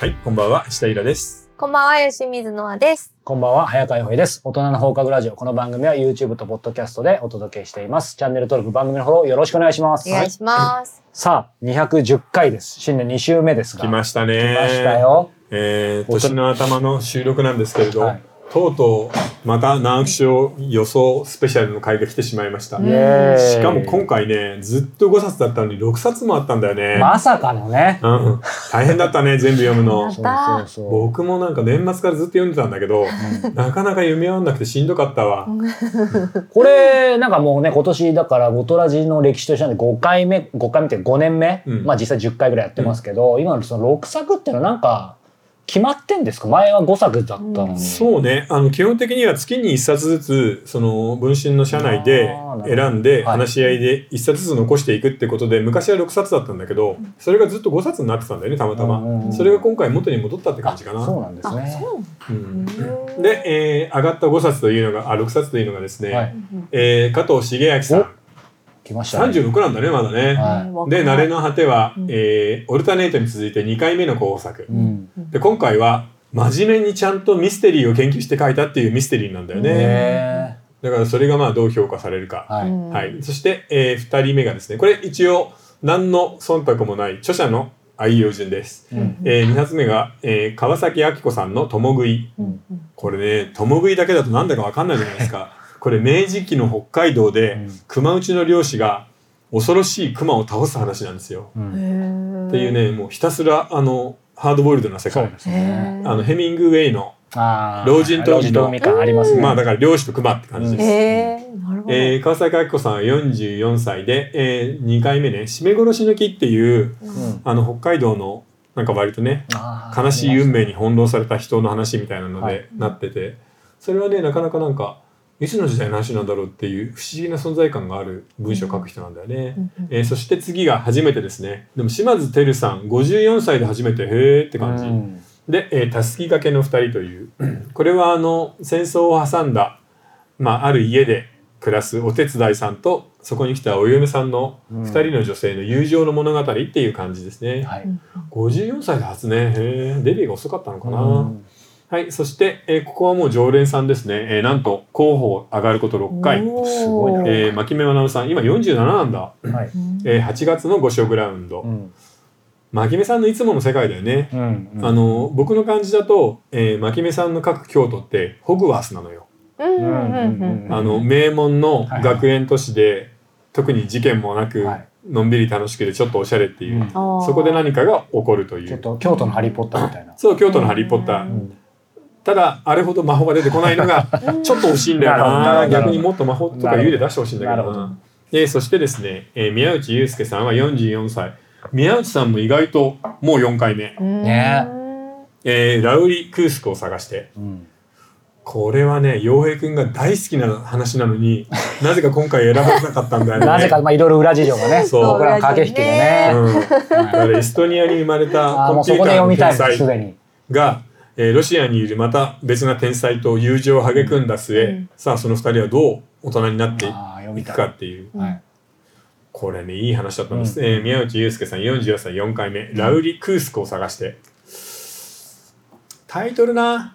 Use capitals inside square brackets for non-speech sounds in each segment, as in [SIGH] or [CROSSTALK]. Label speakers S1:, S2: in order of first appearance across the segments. S1: はい、こんばんは、下平です。
S2: こんばんは、吉水のあです。
S3: こんばんは、早川洋平です。大人の放課後ラジオ。この番組は YouTube と Podcast でお届けしています。チャンネル登録、番組のフォローよろしくお願いします。
S2: お願いします。
S3: さあ、210回です。新年2週目ですが。
S1: 来ましたね。
S3: 来ました。よ。
S1: えー、年の頭の収録なんですけれど、
S3: はい
S1: とうとう、また難所予想スペシャルの回が来てしまいました。
S2: ん
S1: しかも今回ね、ずっと5冊だったのに6冊もあったんだよね。
S3: まさかのね。
S1: うん、大変だった
S3: [LAUGHS]
S1: ね、全部読むの。
S2: また
S3: そうそうそう
S1: 僕もなんか年末からずっと読んでたんだけど、なかなか読み合わなくてしんどかったわ。
S3: これ、なんかもうね、今年だから、ゴトラジの歴史と一緒なんで、5回目、5回目って5年目、
S1: うん
S3: まあ実際10回ぐらいやってますけど、今のその6作っていうのはなんか、決まってんですか前は5作だったのに。
S1: そうね、あの基本的には月に1冊ずつその文春の社内で
S3: あーなるほど
S1: 選んで
S3: はい
S1: 話し合いで1冊ずつ残していくってことで昔は6冊だったんだけどそれがずっと5冊になってたんだよねたまた
S3: うんうんう
S1: ま
S3: ん
S1: それが今回元に戻ったって感じか
S3: あそう
S1: な。
S3: なんですね。
S2: う
S1: うん
S2: なん
S1: で、、えー上がった5冊というのがあ6冊というのがですね、
S3: は
S2: う
S3: い。
S2: ん
S1: えー加藤茂明さん
S3: 来ましたね。
S1: 36なんだねまだね。
S3: はい
S1: で「慣れ。の果ては」
S2: うん
S1: えーオルタネイト」に続いて2回目の候補作
S3: う。ん。
S1: で今回は真面目にちゃんとミステリーを研究して書いたっていうミステリーなんだよね。
S3: ね
S1: だからそれがまあどう評価されるか。
S3: はい。
S2: うん
S1: はい。そして、え2人目がですね、これ一応何の忖度もない著者の愛用順です。
S3: うん
S1: え2発目が、えー川崎明子さんの「ともぐい」
S2: うん
S1: これね「ともぐい」だけだとなんだかわかんないじゃないですかこれ明治期の北海道で、
S3: うん
S1: 熊撃ちの猟師が恐ろしい熊を倒す話なんですよ。
S3: う
S2: へ
S3: ん
S2: ー
S1: っていう。ねもうひたすらあのハードボイルドな世
S3: そう
S1: 界
S3: です
S2: へ
S3: ね。
S2: ー
S1: あのヘミングウェイの、
S3: あー
S1: 老人と海の
S3: 老人と海感ありますね。
S1: まあだから猟師と熊って感じです。
S2: へーなるほど。
S1: えー川崎明子さんは44歳で、え2回目ね「締め殺しの木」っていう
S3: うん
S1: あの北海道のなんか割とね
S3: あー
S1: 悲しい運命に翻弄された人の話みたいなの
S3: は
S1: で
S3: い
S1: なってて、それはねなかなかなんかいつの時代の話なんだろうっていう不思議な存在感がある文章を書く人なんだよね。
S2: うんうん
S1: えーそして次が初めてですねでも島津輝さん54歳で初めてへーって感じ、
S3: うん
S1: で、えーたすき掛けの2人という [CLEARS THROAT] これはあの戦争を挟んだ、まあ、ある家で暮らすお手伝いさんとそこに来たお嫁さんの
S3: うん
S1: 2人の女性の友情の物語っていう感じですね、
S3: はい。
S1: 54歳で初ねへーデビューが遅かったのかな、
S3: うん
S1: はいそして、えーここはもう常連さんですね、えーなんと候補上がること6回、
S2: おー
S3: すごいな
S1: えー、牧目愛美さん今47なんだ、
S3: はい。
S2: うん
S1: えー8月の五所グラウンド、
S3: うん。
S1: 牧目さんのいつもの世界だよね、
S3: うん。うん
S1: あ、の僕の感じだと、えー、牧目さんの書く京都ってホグワースなのよ、
S2: うんうん
S3: うん
S2: う
S3: うんん
S1: あの名門の
S3: はい
S1: 学園都市で、特に事件もなく、
S3: はい
S1: のんびり楽しくてちょっとおしゃれっていう、
S3: うん
S2: あー
S1: そこで何かが起こるとい
S3: ちょっ
S1: う
S3: と京都のハリーポッターみたいな。
S1: そう京都の「ハリー・ポッタ
S2: う
S1: ー」
S3: ん
S1: ただあれほど魔法が出てこないの
S3: [LAUGHS]
S1: が
S2: うん
S1: ちょっと惜しいんだよ
S3: なる
S1: な
S3: ほどなるほ
S1: 逆
S3: ど
S1: にもっと魔法とか幽霊出してほしいんだけ
S3: なる
S1: ど
S3: ほ
S1: な
S3: ど
S1: でそしてですね、えー宮内悠介さんは44歳宮内さんも意外ともう4回目、
S2: うん
S3: ね
S1: えーラウリ・クースクを探して
S3: うん。
S1: これはね洋平くんが大好きな話なの
S3: [LAUGHS]
S1: になぜか今回選ばれなかったんだよね。
S3: なぜか、まあ、いろいろ裏事情がね。
S1: そう
S3: 僕らの駆け引きでね。
S1: うん、だ
S3: はい
S1: からエストニアに生まれた
S3: あー
S1: コン
S3: もう
S1: ピ
S3: そ
S1: ュー
S3: こ
S1: ター
S3: で読み
S1: の
S3: た
S1: 天
S3: いです、す
S1: 才
S3: でに。
S1: が、えーロシアにいるまた別な天才と友情を育んだ末、
S2: うん
S1: さあその2人はどう大人になってい
S3: ああ、読み
S1: く
S3: た
S1: か
S3: い。
S1: っていう
S2: うん
S3: はい。
S1: これねいい話だったんです、
S3: うん
S1: えー宮内悠介さん44歳4回目「ラウリ・クースクを探して」タイトルな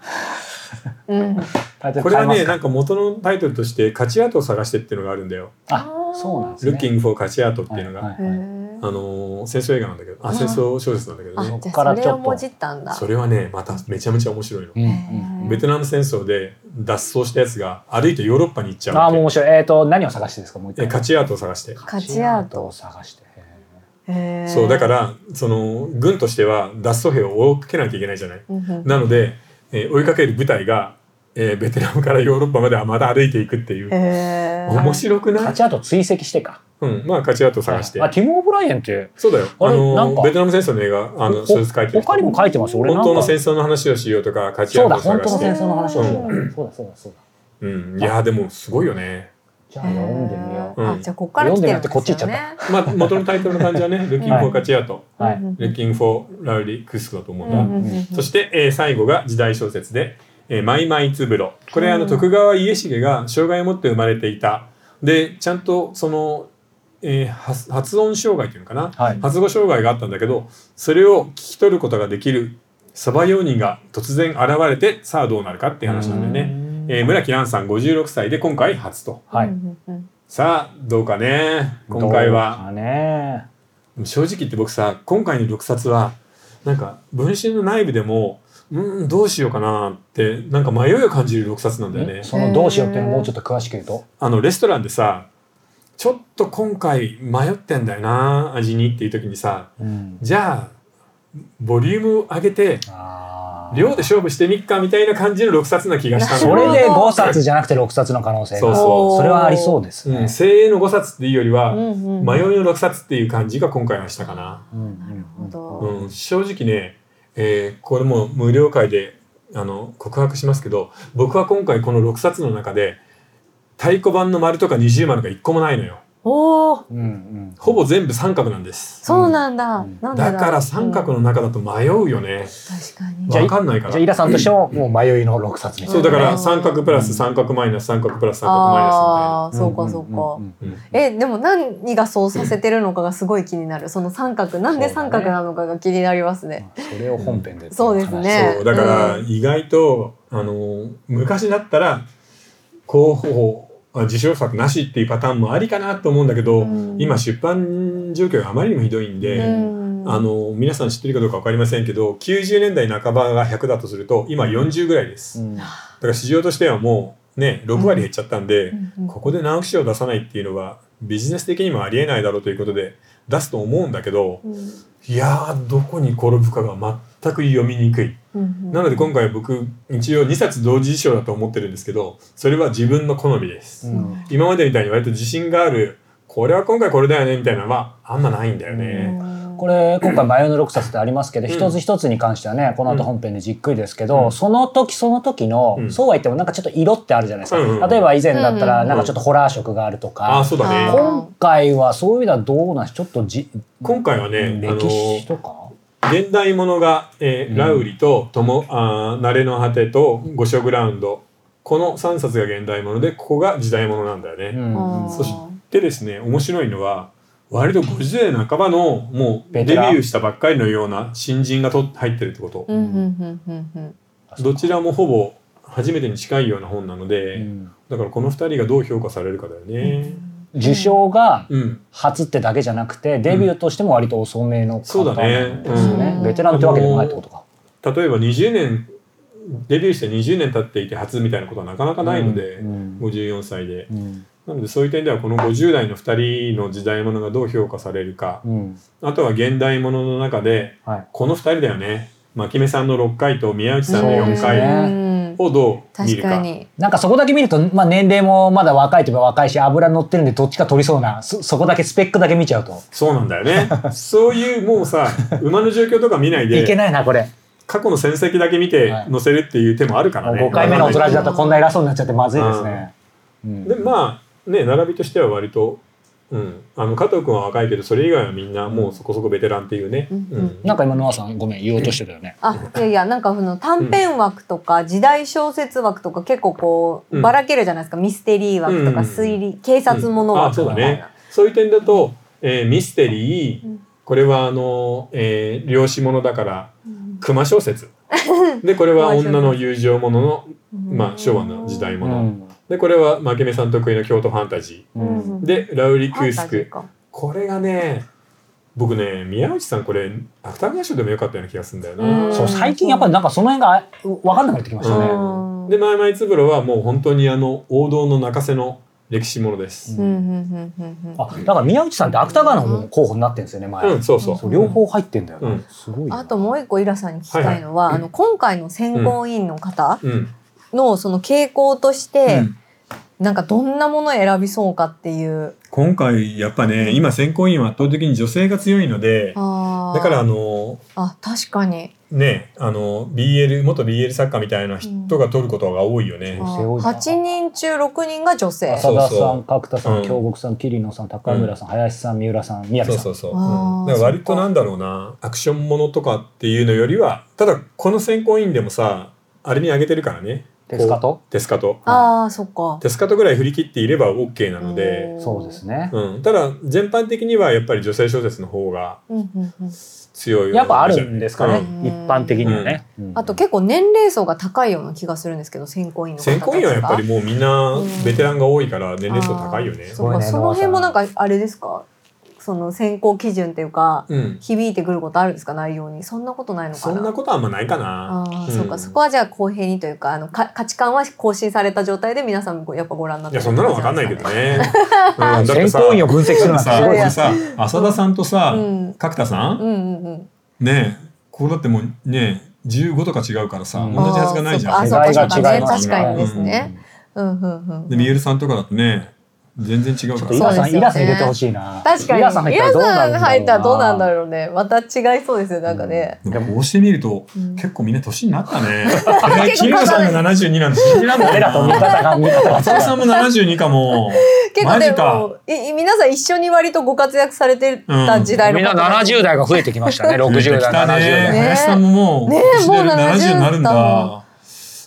S2: うん
S3: タイトル
S1: これは
S3: 変
S1: ね
S3: えますか
S1: なんか元のタイトルとして「勝ち跡を探して」っていうのがあるんだよ。
S3: あ、そうなんですね。
S1: Looking for カチアートっていうのが、
S3: はい
S2: へ
S3: はい
S2: ー
S1: あのー戦争映画なんだけど、あ、
S2: うん
S1: 戦争小説なんだけど
S2: あ
S1: ね。
S2: じ
S3: そっ
S2: ゃ
S3: か
S2: あ
S3: ら
S2: そ
S3: ちょっ
S2: れ
S3: と
S2: をもじったんだ。
S1: それはね、まためちゃめちゃ面白いの。
S3: うん
S2: へー
S1: ベトナム戦争で脱走したやつが歩いてヨーロッパに行っち
S3: あ
S1: ゃ
S3: あ、
S1: う
S3: もう
S1: わ
S3: 面白い。えっ、と、何を探してですかもう一
S1: け。え、
S3: 回。
S1: カチアートを探して。
S2: カチアート。
S3: を探して。
S2: へー
S1: そう、だか。ら、その軍としては脱走兵を追いかけなきゃいけないじゃない。
S2: うんうん
S1: なので、えー追いかける部隊が、えーベテランからヨーロッパまではまだ歩いていくっていう。
S2: へー
S1: 面白くな
S3: カ
S1: い
S3: チアート追跡してか。
S1: うん、まあカチアートを探して
S3: あ、。ティモ・オブライエンって、
S1: そうだよ。
S3: あ
S1: あ
S3: れ
S1: の
S3: なん
S1: ー
S3: か
S1: ベトナム戦争の映画、あの小
S3: ほ
S1: 説書いてる人。
S3: 他にも書いてますよ。俺な
S1: 本
S3: んか
S1: 当の戦争の話をしようとか、カチア
S3: そう
S1: ート
S3: だ、
S1: を
S3: 本
S1: 探
S3: 当の
S1: して
S3: 戦。争の話をして
S2: う
S3: そうだ、そうだ、そうだ。
S1: うん、いやーでもすごいよね。
S3: じゃあ読んでみよ
S1: う
S2: あ
S1: うん
S2: じゃあこっから来てるんですよね。
S3: 読んでみよ
S1: まあ元のタイトルの感じはね「Looking
S3: は
S1: for
S3: い
S1: カチアと
S3: う。は
S2: う
S3: い。
S2: ん
S1: Looking for ラウリ・クスクだと思うんだ、
S2: うんうんうん
S1: そして、えー最後が時代小説で「えーマイマイツブロ」これあ
S2: う
S1: の
S2: ん
S1: 徳川家重が障害を持って生まれていたでちゃんとその、えー発発音障害というのかな、
S3: はい
S1: 発語障害があったんだけどそれを聞き取ることができるサバ用人が突然現れてさあどうなるかっていう話なんだよね、えー村木蘭さん56歳で今回初と
S3: はい
S2: うんうんうん
S1: さあどうかね今回は
S3: どうかね
S1: 正直言って僕さ今回の6冊はなんか文春の内部でもうーんどうしようかなってなんか迷いを感じる6冊なんだよね
S3: え。そのどうしようっていうのをもうちょっと詳しく言うと
S1: あのレストランでさちょっと今回迷ってんだよな味にっていう時にさ
S3: うん
S1: じゃあボリュームを上げて
S3: あー
S1: 量で勝負してみっかみたいな感じの6冊な気がした
S3: そ
S1: の
S3: れで5冊じゃなくて6冊の可能性
S1: そう
S3: が
S1: そ
S3: それはありそうです
S1: う、う
S3: ね
S1: ん、精鋭の5冊っていうよりは
S2: うんうんうん
S1: 迷いの6冊っていう感じが今回はしたかな。
S3: うんうん
S2: なるほど
S1: うん、正直ね、えーこれもう無料会であの告白しますけど僕は今回この6冊の中で太鼓判の丸とか二重丸が1個もないのよ
S2: おお、
S3: うんうん
S1: ほぼ全部三角なんです
S2: そうなんだ。
S3: うん
S2: なんで
S1: だ
S2: だ
S1: から三角
S2: の、
S1: の中だと迷うよね、
S2: 確かに。
S3: じゃあ
S1: わかんないか
S3: じゃあイ
S1: ら
S3: ラさんとしてももう迷いの6冊に
S1: そうだか
S2: う
S1: ら
S2: ん
S1: 三角プラス三角マイナス三角プラス三角マイナスみたいな
S2: ああー、そうかそうか。
S1: うん
S2: えでも何がそうさせてるのかがすごい気になるその三角なんで三角なのかが気になりますね。
S3: それを本編で
S2: そうですね
S1: そうだから
S2: う
S1: 意外と、あの昔だったら候補あ受賞作なしっていうパターンもありかなと思うんだけど、
S2: うん
S1: 今出版状況があまりにもひどいんで、
S2: うん
S1: あの皆さん知ってるかどうか分かりませんけど90年代半ばが100だとすると今40ぐらいです、
S3: う
S1: だ
S3: ん
S1: から市場としてはもうね6割減っちゃったんで、
S2: うんうん
S1: ここで直木賞を出さないっていうのはビジネス的にもありえないだろうということで出すと思うんだけど
S2: うん
S1: いやーどこに転ぶかが全く読みにくい
S2: うん
S1: なので今回僕一応2冊同時受賞だと思ってるんですけどそれは自分の好みです、
S3: うん
S1: 今までみたいに割と自信があるこれは今回これだよねみたいなのはあんまないんだよね、
S2: うん
S3: これ今回「迷いの6冊」ってありますけど、
S1: うん
S3: 一つ一つに関してはねこの後本編でじっくりですけど、
S1: うん
S3: その時その時の、
S1: うん
S3: そうは言ってもなんかちょっと色ってあるじゃないですか、
S1: うんうん
S3: 例えば以前だった
S2: うん
S3: ら
S2: うん
S3: なんかちょっとホラー色があると
S1: ああ
S3: か、
S1: そうだね
S2: あー
S3: 今回はそういう意味ではどうなんしちょっとじ、
S1: 今回はね、あ
S3: 歴史
S1: の
S3: とか
S1: 現代ものが、えー
S3: うん
S1: ラウリとともあー慣れの果てと五所グラウンドこの3冊が現代ものでここが時代ものなんだよ
S3: う
S1: ね。
S3: ん
S2: あー
S1: そしてですね面白いのは割と50代半ばのもうデ
S3: ベ
S1: ビ
S3: テ
S1: ュ
S3: ラン
S1: ーしたばっかりのような新人がと入ってるってこと、
S2: うんうんうんうん
S1: どちらもほぼ初めてに近いような本なの
S3: う
S1: で、
S3: ん
S1: だからこの2人がどう評価されるかだよね。
S3: 受賞が
S1: うん、
S3: 初ってだけじゃなくてデビューとしても割と遅めの方なんです
S2: そうだね
S3: ね
S2: うん
S3: ベテランってわけでもないってことか。
S1: 例えば20年デビューして20年経っていて初みたいなことはなかなかないので、
S3: うん
S1: 54歳で
S3: うん
S1: なのでそういう点ではこの50代の2人の時代物がどう評価されるか
S3: うん
S1: あとは現代物の中で
S3: はい
S1: この2人だよね牧目さんの6回と宮内さんの
S3: そうで
S1: 4
S3: すね
S1: 回
S2: うん
S1: をどう見
S2: 確
S1: る
S2: か
S1: か
S2: に。
S3: なんかそこだけ見ると、まあ、年齢もまだ若いといえば若いし油乗ってるんでどっちか取りそうなそそこだけスペックだけ見ちゃうと
S1: そうなんだよ
S3: [LAUGHS]
S1: ねそういうもうさ馬の状況とか見ない
S3: いけ
S1: で
S3: ないなこれ
S1: 過去の戦績だけ見て
S3: はい
S1: 載せるっていう手もあるから
S3: もう
S1: ね
S3: 5回目の
S1: わ
S3: オ
S1: かん
S3: ト
S1: な
S3: ラ
S1: い
S3: ジだとこんな偉そうになっちゃってまずいですね。うん
S1: でまあね並びとしては割と、うん、あの加藤君は若いけどそれ以外はみんなもうそこそこベテランっていうね、
S2: うん
S3: なんか今ノアさんごめん言おうとしてたよね。
S2: あいやいやなんかその短編枠とか時代小説枠とか結構こ
S1: う
S2: うんばらけるじゃないですか、ミステリー枠とか
S1: うん
S2: 推理、警察もの
S1: うんあ
S2: 枠
S1: そうだ
S2: みたい
S1: ね
S2: な。
S1: そういう点だと、えーミステリー、
S2: うん
S1: これはあの、えー漁師ものだから
S2: うん
S1: 熊小説
S3: [LAUGHS]
S1: でこれは女の友情ものの、
S2: うん
S1: まあ、昭和の時代
S3: う
S1: もの、
S3: ん
S1: でこれは負け目さん得意の京都ファンタジ
S3: う
S2: うんん
S1: ーでラウリ・クース
S2: ファンタジー
S1: ク
S2: か
S1: これがね僕ね宮内さんこれ芥川賞でもよかったような気がするんだよな。
S2: うん
S3: そう最近やっぱりなんかその辺が分かんなくなってきましたね。
S2: うん
S1: で、マイマイツブロはもう本当にあの王道の泣かせの歴史ものです。
S2: うんうんうんうんうん
S3: あだから宮内さんって芥川のも候補になってるんですよね前。
S1: うん、そうそう。
S3: そう両方入ってんだよね。
S1: うん
S3: すごいな。
S2: あともう一個イラさんに聞きたいのは、
S1: はいはい
S2: あの今回の選考委員の方
S1: うん。
S2: のその傾向として、
S1: うん
S2: なんかどんなものを選びそうかっていう。
S1: 今回やっぱね、今選考委員は圧倒的に女性が強いので、
S2: あー
S1: だからあの、
S2: あ確かに
S1: ね、あの、BL、元 BL 作家みたいな人が取ることが多いよね。
S3: 女性多いな
S2: 八人中六人が女性。
S3: 浅
S1: そ
S3: 田
S1: う
S3: さ
S1: そ
S3: ん
S1: う
S3: 角田さ
S1: うんん
S3: 京極さん桐野さん高村さん林さん三浦さん宮
S1: そ
S3: 城
S1: う
S3: さ
S1: そ
S3: ん。
S1: うそう。
S2: あー
S1: うんだから割となんだろうな、アクションものとかっていうのよりは、ただこの選考委員でもさ、あれにあげてるからね。
S3: テスカと
S1: テスカと
S2: ああ、そっか。
S1: テスカとぐらい振り切っていれば OK なので、
S2: うん
S3: そうですね。
S1: うん、ただ全般的にはやっぱり女性小説の方が
S2: うんうんうん。
S1: 強い
S3: やっぱあるんですかね、
S2: うん
S3: 一般的にはね。うん
S2: あと結構年齢層が高いような気がするんですけど、選考委員の方
S1: 選
S2: たちが。
S1: 考員はやっぱりもうみんな
S2: うん
S1: ベテランが多いから年齢層高いよね
S2: あー。そ
S3: ごいうね
S2: か、その辺もなんかあれですか。その選考基準っていうか、
S1: うん、
S2: 響いてくることあるんですか内容に。そんなことないのか
S1: そ
S2: な。
S1: んなことはあんまないか
S2: あ
S1: な。
S2: あ、
S1: うん
S2: そうか。そこはじゃあ公平にというか、あのか価値観は更新された状態で皆さんもやっぱご覧になっ
S1: い
S2: て
S1: や
S2: る
S1: そんなのわかんないけど
S2: [LAUGHS]
S1: ね。うんだって
S3: 選
S1: さ
S3: 考員を分析するのはす
S1: さ
S3: ごい
S1: こ
S3: で
S1: れ
S3: す。
S1: さ浅田さんとさ、
S2: うん
S1: 角田さ、
S2: うんんうんうん。
S1: ねえこれだってもうねえ15とか違うからさ、
S3: うん
S1: 同じはずがないじゃん。
S2: あー
S1: で
S2: そうかそう
S3: 世代が
S2: か
S3: 違い
S2: ね
S3: ます
S2: 確
S3: から
S2: かにですね。うんうんうん。
S1: 三浦さんとかだとね全然違う
S3: ち
S1: か
S3: ょっと
S1: ら
S3: イ
S1: さ。
S3: ラさ、
S2: そうんですよね
S3: イラさん入れてほしいな。
S2: 確かに。
S3: イラさん入ったらど
S2: イ
S3: うなるんだろうな。
S2: ラさん入ったらどうなんだろうね。また違いそうですよ、なんかね。
S1: でもこうしてみると、
S2: うん
S1: 結構みんな年になったね。[LAUGHS]
S2: ね
S1: キリコさんが72なんて信じらんない
S3: 俺らと見
S1: な。
S3: 方が見方が
S1: 浅田さんも72かも。
S2: 結構
S1: マ
S2: で
S1: ジか
S2: も、いい皆さん一緒に割とご活躍されてた時代の
S3: みんな
S2: 方々
S3: 70代が増えてきましたね。60代、70代。
S1: ね。
S2: ね
S1: 林さんももう、
S2: ね
S1: 今年で
S2: もう70
S1: 70になるんだ。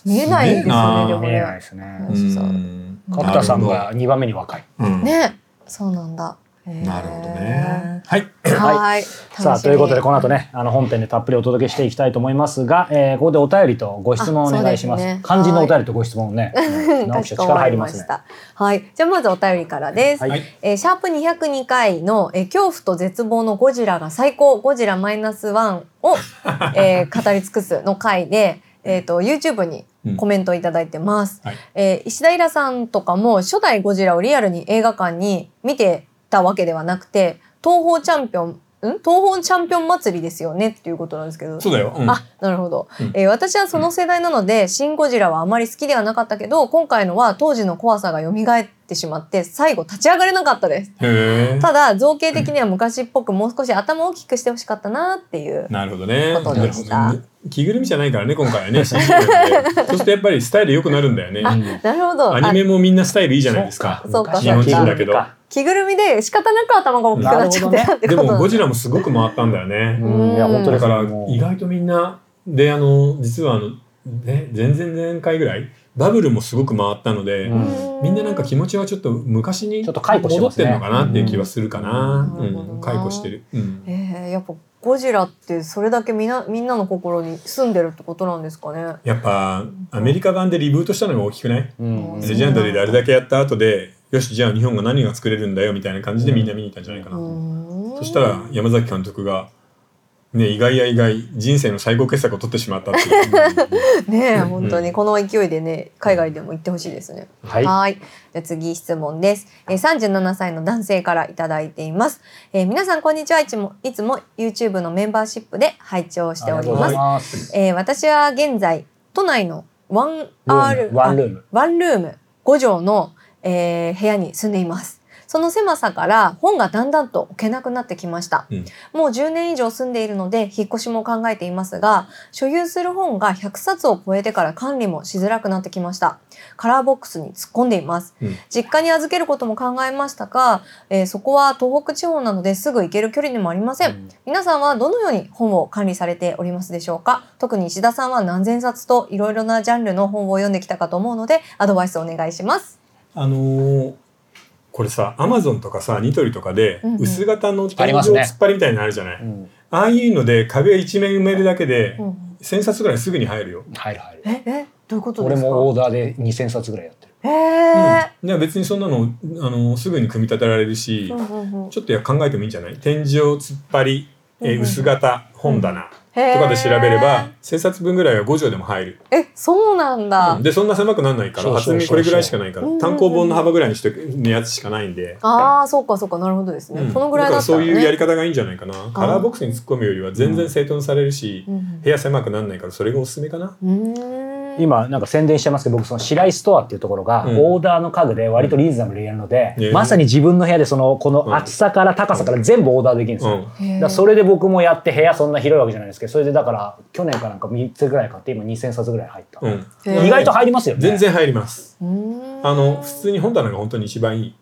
S2: 見えないですよね、でも
S3: 見えない
S2: ね。
S3: ですね。
S2: ね
S1: うん
S3: 角田さんが2番目に若い。
S1: なるほどうん
S2: ね。そうなんだ。へー
S1: なるほどね。。はい。
S2: はい。
S3: さあということでこの後
S2: ね。
S3: ねあの本編でたっぷりお届けしていきたいと思いますが、えーここでお便りとご質問をお願いします
S2: あそうですね
S3: 肝心のお便りとご質問をね直
S2: か
S3: 樹
S2: し
S3: ちゃん
S2: こ
S3: 力
S2: ま
S3: 入り
S2: り
S3: ま
S2: ます
S3: ね
S2: した。はい。じゃあまずお便りからです。
S3: はい
S1: はい
S2: えーシャープ202回の、えー恐怖と絶望のゴジラが最高、ゴジラマイナスワン
S1: [LAUGHS]
S2: を、えー語り尽くすの回で、えっ、と、YouTube にコメントをいただいてます。
S1: うんはい
S2: えー石田イラさんとかも初代ゴジラをリアルに映画館に見てたわけではなくて、東方チャンピオン、ん東方チャンピオン祭りですよねっていうことなんですけど。
S1: [LAUGHS] そうだよ。うん
S2: あなるほど、
S1: うん
S2: えー私はその世代なので「シン・ゴジラ」はあまり好きではなかったけど今回のは当時の怖さが蘇ってしまって最後立ち上がれなかったです
S1: へえ。
S2: ただ造形的には昔っぽくもう少し頭を大きくしてほしかったなっていう
S1: なるほどね。
S2: ことでした
S1: なるほどね着ぐるみじゃないからね、今回はね。新人なんでそうするとやっぱりスタイル良くなるんだよね。
S2: なるほど
S1: アニメもみんなスタイルいいじゃないですか。
S2: そうか
S1: 日本人だけど
S3: そうか
S2: あ着ぐるみで仕方なく頭が大きくなっちゃって
S3: なるほど
S2: たって
S1: で
S2: [LAUGHS] こと
S1: も
S2: なん
S1: ゴ
S2: だ
S1: ジラもすごく回ったんだよね。
S3: うんいや本当
S1: だ
S3: です
S1: から
S3: もう
S1: 意外とみんなであの実はあの、ね、前々前回ぐらいバブルもすごく回ったので、
S3: うん
S1: みんななんか気持ちはちょっと昔に
S3: ちょっと解雇して
S1: 戻
S3: ま
S1: っ
S3: すね
S1: てるのかなっていう気はするかな、
S2: うん
S1: うん
S2: うん
S1: 解雇してる、うん
S2: えーやっぱゴジラってそれだけみなみんなの心に住んでるってことなんですかね
S1: やっぱアメリカ版でリブートしたのが大きくない、
S3: うん
S2: そう
S1: レジェンドリーであれだけやった後でよしじゃあ日本が何が作れるんだよみたいな感じでみんな見に行ったんじゃないかな、
S2: そ
S1: そしたら山崎監督が、ね、意外や意外人生の最高傑作を取ってしまったっていう
S2: ねえ、
S1: ん
S2: 本当にこの勢いでね海外でも行ってほしいですね。
S3: はい
S2: じゃあ次質問です。えー、37歳の男性からいただいています。えー皆さんこんにちは。いつもいつも YouTube のメンバーシップで拝聴しており
S1: ありがとうご
S2: ま
S1: ざ
S2: す
S1: い。
S3: ます
S2: えー私は現在都内のワン
S3: ワ
S2: R
S3: ンルーム
S2: あワンルーム5畳の、えー部屋に住んでいます。その狭さから本がだんだんと置けなくなってきました、
S1: うん
S2: もう10年以上住んでいるので引っ越しも考えていますが所有する本が100冊を超えてから管理もしづらくなってきましたカラーボックスに突っ込んでいます、
S1: うん
S2: 実家に預けることも考えましたが、えーそこは東北地方なのですぐ行ける距離でもありません、皆さんはどのように本を管理されておりますでしょうか特に石田さんは何千冊といろいろなジャンルの本を読んできたかと思うのでアドバイスお願いします。
S1: あのーこれさアマゾンとかさニトリとかで
S2: うんうん
S1: 薄型の
S3: あ
S1: 天
S3: り
S1: 井
S3: ますね
S1: 突っ張りみたいなのあるじゃない、
S3: うん
S1: ああいうので壁一面埋めるだけで
S2: うん、
S1: 1,000冊ぐらいすぐに入るよ。
S3: 入る入る
S2: ええどういうことで
S3: 俺
S2: すか
S3: もオーダーで2000冊ぐらいやってる
S2: えー
S1: うん、でも別にそんなのあのすぐに組み立てられるし、
S2: うんうんうん
S1: ちょっとや考えてもいいんじゃない天井突っ張り、えー
S2: うんうん
S1: 薄型本棚
S2: へ
S1: と
S2: ー
S1: かで調べれば1,000冊分ぐらいは5畳でも入る。
S2: えそうなんだ、
S1: でそんな狭くならないか
S3: そ
S1: ら
S3: うそう
S1: 厚
S3: そう
S1: みこれぐらいしかないか
S2: うんうんう
S1: ら
S2: ん
S1: 単行本の幅ぐらいにしてのやつしかないんで。
S2: ああそうかそうかなるほどですね、
S1: うん
S2: このぐらいだったら、ね、
S1: だからそういうやり方がいいんじゃないかなカラーボックスに突っ込むよりは全然整頓されるし、
S2: うん
S1: 部屋狭くならないからそれがおすすめかな、
S2: うん
S3: 今なんか宣伝してますけど僕その白井ストアっていうところが
S1: うん
S3: オーダーの家具で割とリーズナブルにやるので、
S1: うん
S3: まさに自分の部屋でそのこ
S1: うん
S3: の厚さから高さから全部オーダーできるんです
S1: う
S3: よ、
S1: ん、
S2: へー
S3: だからそれで僕もやって部屋そんな広いわけじゃないですけどそれでだから去年かなんか3つぐらい買って今2000冊ぐらい入った、
S1: うん
S2: へー
S3: 意外と入りますよね
S1: 全然入ります
S2: うん
S1: あの普通に本棚が本当に一番いい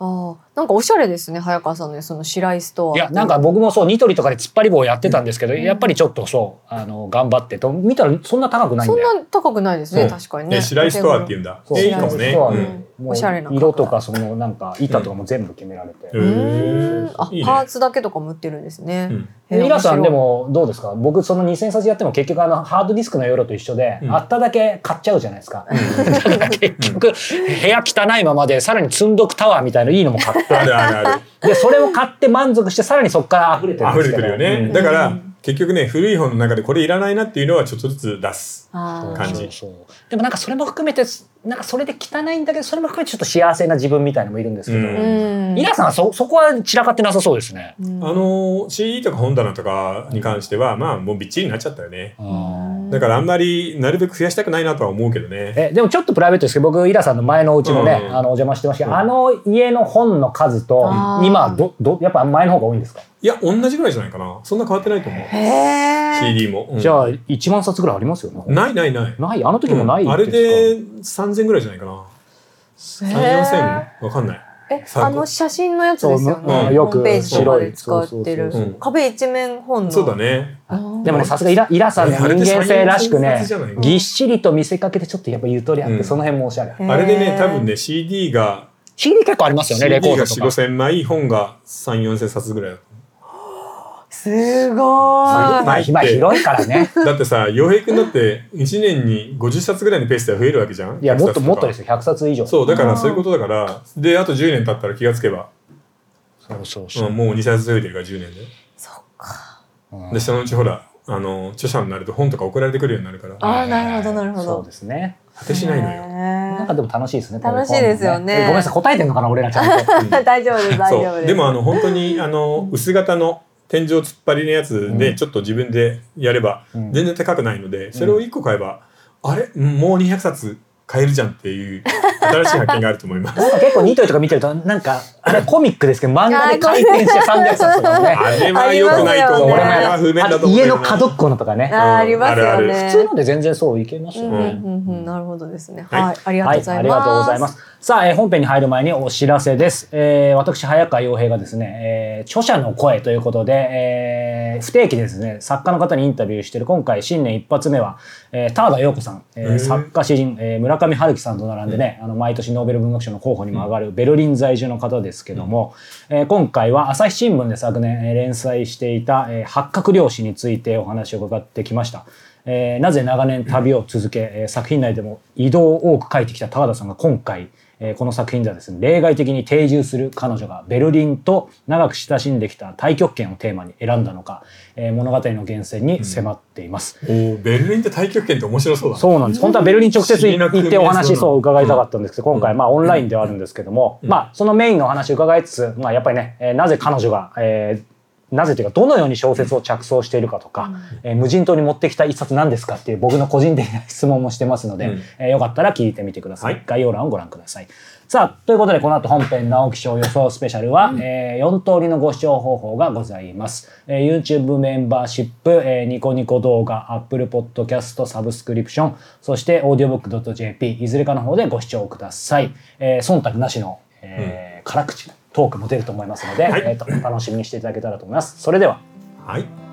S2: ああ、なんかおしゃれですね、早川さんのその白井ストア。
S3: いやなんか僕もそうニトリとかで突っ張り棒やってたんですけど、やっぱりちょっとそうあの頑張ってと見たらそんな高くないん
S2: そん
S3: だよ。
S2: な高くないです
S1: そ
S2: ね、
S1: う
S2: 確かに
S1: ね
S2: ね。
S1: 白井ストアって言うんだ
S3: そう
S1: えいいかもね
S3: 白
S1: う
S3: 石
S1: ん
S3: ス
S2: うんおしゃれな
S3: もう色とかそのなんか板とかも全部決められて。
S1: う
S2: う
S1: ー
S2: ーん
S1: ん
S2: あ、
S1: いいね
S2: パーツだけとかも売ってるんですね。
S1: うん
S2: へー
S3: ミラさん
S2: 面
S3: で
S2: 白い
S3: もどうですか僕その2000冊やっても結局あのハードディスクの夜と一緒で、
S1: うん
S3: あっただけ買っちゃうじゃないですか。だから結局部屋汚いままでさらに積んどくタワーみたいないいのも買って。
S1: あるあるある
S3: で、それを買って満足してさらにそこから溢れてるんで
S1: 溢
S3: す
S1: れ
S3: け
S1: て
S3: ど。
S1: くるよね、
S3: うん
S1: だか
S2: う
S1: ら
S2: ん
S1: 結局ね古い本の中でこれいらないなっていうのはちょっとずつ出す
S2: あー
S1: 感じ
S3: そうそうそうでもなんかそれも含めてなんかそれで汚いんだけどそれも含めてちょっと幸せな自分みたいのもいるんですけど、
S1: う
S2: うん。
S3: 皆さんはそそこは散らかってなさそうですね。
S2: うん
S1: あの CD とか本棚とかに関してはまあもうびっちりになっちゃったよね
S2: うん
S1: だからあんまりなるべく増やしたくないなとは思うけどね
S3: えでもちょっとプライベートですけど僕イラさんの前のお家もね、
S1: うん
S3: あのお邪魔してましたけど、
S1: うん
S3: あの家の本の数と
S2: あー
S3: 今どどやっぱ前の方が多いんですか、
S1: いや同じぐらいじゃないかなそんな変わってないと思う
S2: へえ。
S1: CD も、うん
S3: じゃあ1万冊ぐらいありますよね。
S1: ないないない
S3: ないあの時もないで
S1: うん
S3: すか、
S1: あれで3000ぐらいじゃないかな
S2: へ
S1: 30004000わかんない
S2: ええ、
S1: 散歩
S2: あの写真のやつ
S3: そう
S2: ですよね。
S1: うん
S3: よ
S2: ホームペー
S3: く
S2: ジとか
S3: 白
S2: で
S3: い
S2: 使ってる。
S3: そうそう
S1: うん
S2: 壁一面本の。
S1: そうだね
S3: そうでもねさすがイライラさんの人間性らしく
S1: あれ
S3: ね
S1: って最近の小説じゃない
S3: ぎっしりと見せかけてちょっとやっぱゆとりあって、
S1: うん
S3: その辺もおしゃれ。
S2: へー
S1: あれでね多分。ね CD が
S3: CD 結構ありますよね
S1: CD
S3: レ
S1: が
S3: コードとか。
S1: 45000枚本が34000冊ぐらいだったす
S2: すごい
S1: ご。い
S3: まあ今広いか
S1: [LAUGHS]
S3: らね。
S1: だってさ、洋平君だって1年に50冊ぐらいのペースでは増えるわけじゃん
S3: いやもっともっとです
S1: す
S3: よ100冊以上。
S1: そう、だからそういうことだから、で、あと10年経ったら気がつけば、
S3: そうそう
S1: う
S3: そうん
S1: もう2冊増えてるから10年で。
S2: そっか。
S3: うん
S1: で、そのうちほら、あの、著者になると本とか送られてくるようになるから、
S2: あーなるほどなるほど
S3: そうですね。
S1: 果てしないのよ。
S3: なん
S2: よ
S3: かでも楽しいですね。
S2: 楽しいですよね
S3: こういう本もえごめんなさい、答えてんのかな、俺らちゃ
S2: [LAUGHS]
S3: ん
S2: [LAUGHS]
S3: と。
S2: 大丈夫です、大丈夫
S1: そ
S2: で
S1: う、
S2: す。
S1: でもあの、本当に、あの、薄型の天井突っ張りのやつ
S3: う
S1: で、
S3: ん
S1: ちょっと自分でやれば、
S3: うん
S1: 全然高くないので、それを1個買えば、あれもう200冊買えるじゃんっていう、新しい発見があると思います。
S2: [LAUGHS]
S3: なんか結構ニトリとか見てると、なんか、あれコミックですけど、漫画で回転して300冊とかね。
S1: あれは良くないと思う。
S3: 俺
S1: 俺
S3: も
S2: あります
S1: は不
S2: よね
S1: 便
S3: あ
S1: だと
S3: と
S1: 思う。
S3: 家の角っこのとかね。
S2: あーありますよ
S1: うんある
S2: ね。
S3: 普通ので全然そういけますよ
S2: うん
S3: ね。
S2: うんうんうん、なるほどですね。
S1: はい
S2: はい、ありがとう
S3: は
S2: ご
S3: い、
S2: ざ
S3: あ
S2: います。
S3: りがとうございます。さあ、えー本編に入る前にお知らせです。えー私、早川洋平がですね、えー著者の声ということで、えー不定期でですね、作家の方にインタビューしている今回、新年一発目は、えー、田和陽子さん、えー
S1: へー
S3: 作家詩人、えー村上春樹さんと並んでね、あの、毎年ノーベル文学賞の候補にも上がるベルリン在住の方ですけども、えー今回は朝日新聞で昨年、えー連載していた、えー八角漁師についてお話を伺ってきました。えーなぜ長年旅を続け、えー作品内でも移動を多く書いてきた高田さんが今回、えーこの作品ではですね、例外的に定住する彼女がベルリンと長く親しんできた太極拳をテーマに選んだのか、えー物語の源泉に迫っています。
S1: おーベルリンって対極拳って面白そうだね
S3: そうなんです。本当はベルリン直接行
S1: 不思議な組み合わせ
S3: ってお話
S1: だな
S3: そう伺いたかったんですけど、今回まあオンラインではあるんですけども、
S1: うん
S3: まあそのメインのお話を伺いつつ、まあやっぱりね、えーなぜ彼女が、えーなぜというかどのように小説を着想しているかとか、えー無人島に持ってきた一冊何ですかっていう僕の個人的な質問もしてますので、
S1: うん
S3: えーよかったら聞いてみてください。
S1: はい
S3: 概要欄をご覧ください。さあ、ということでこの後本編直木賞予想スペシャルは、え4通りのご視聴方法がございます。えー YouTube メンバーシップ、えーニコニコ動画、Apple Podcast サブスクリプション、そして audiobook.jp、いずれかの方でご視聴ください。えー忖度なしの、えー辛口トークも出ると思いますので、
S1: はい
S3: えーとお楽しみにしていただけたらと思います。それでは。
S1: はい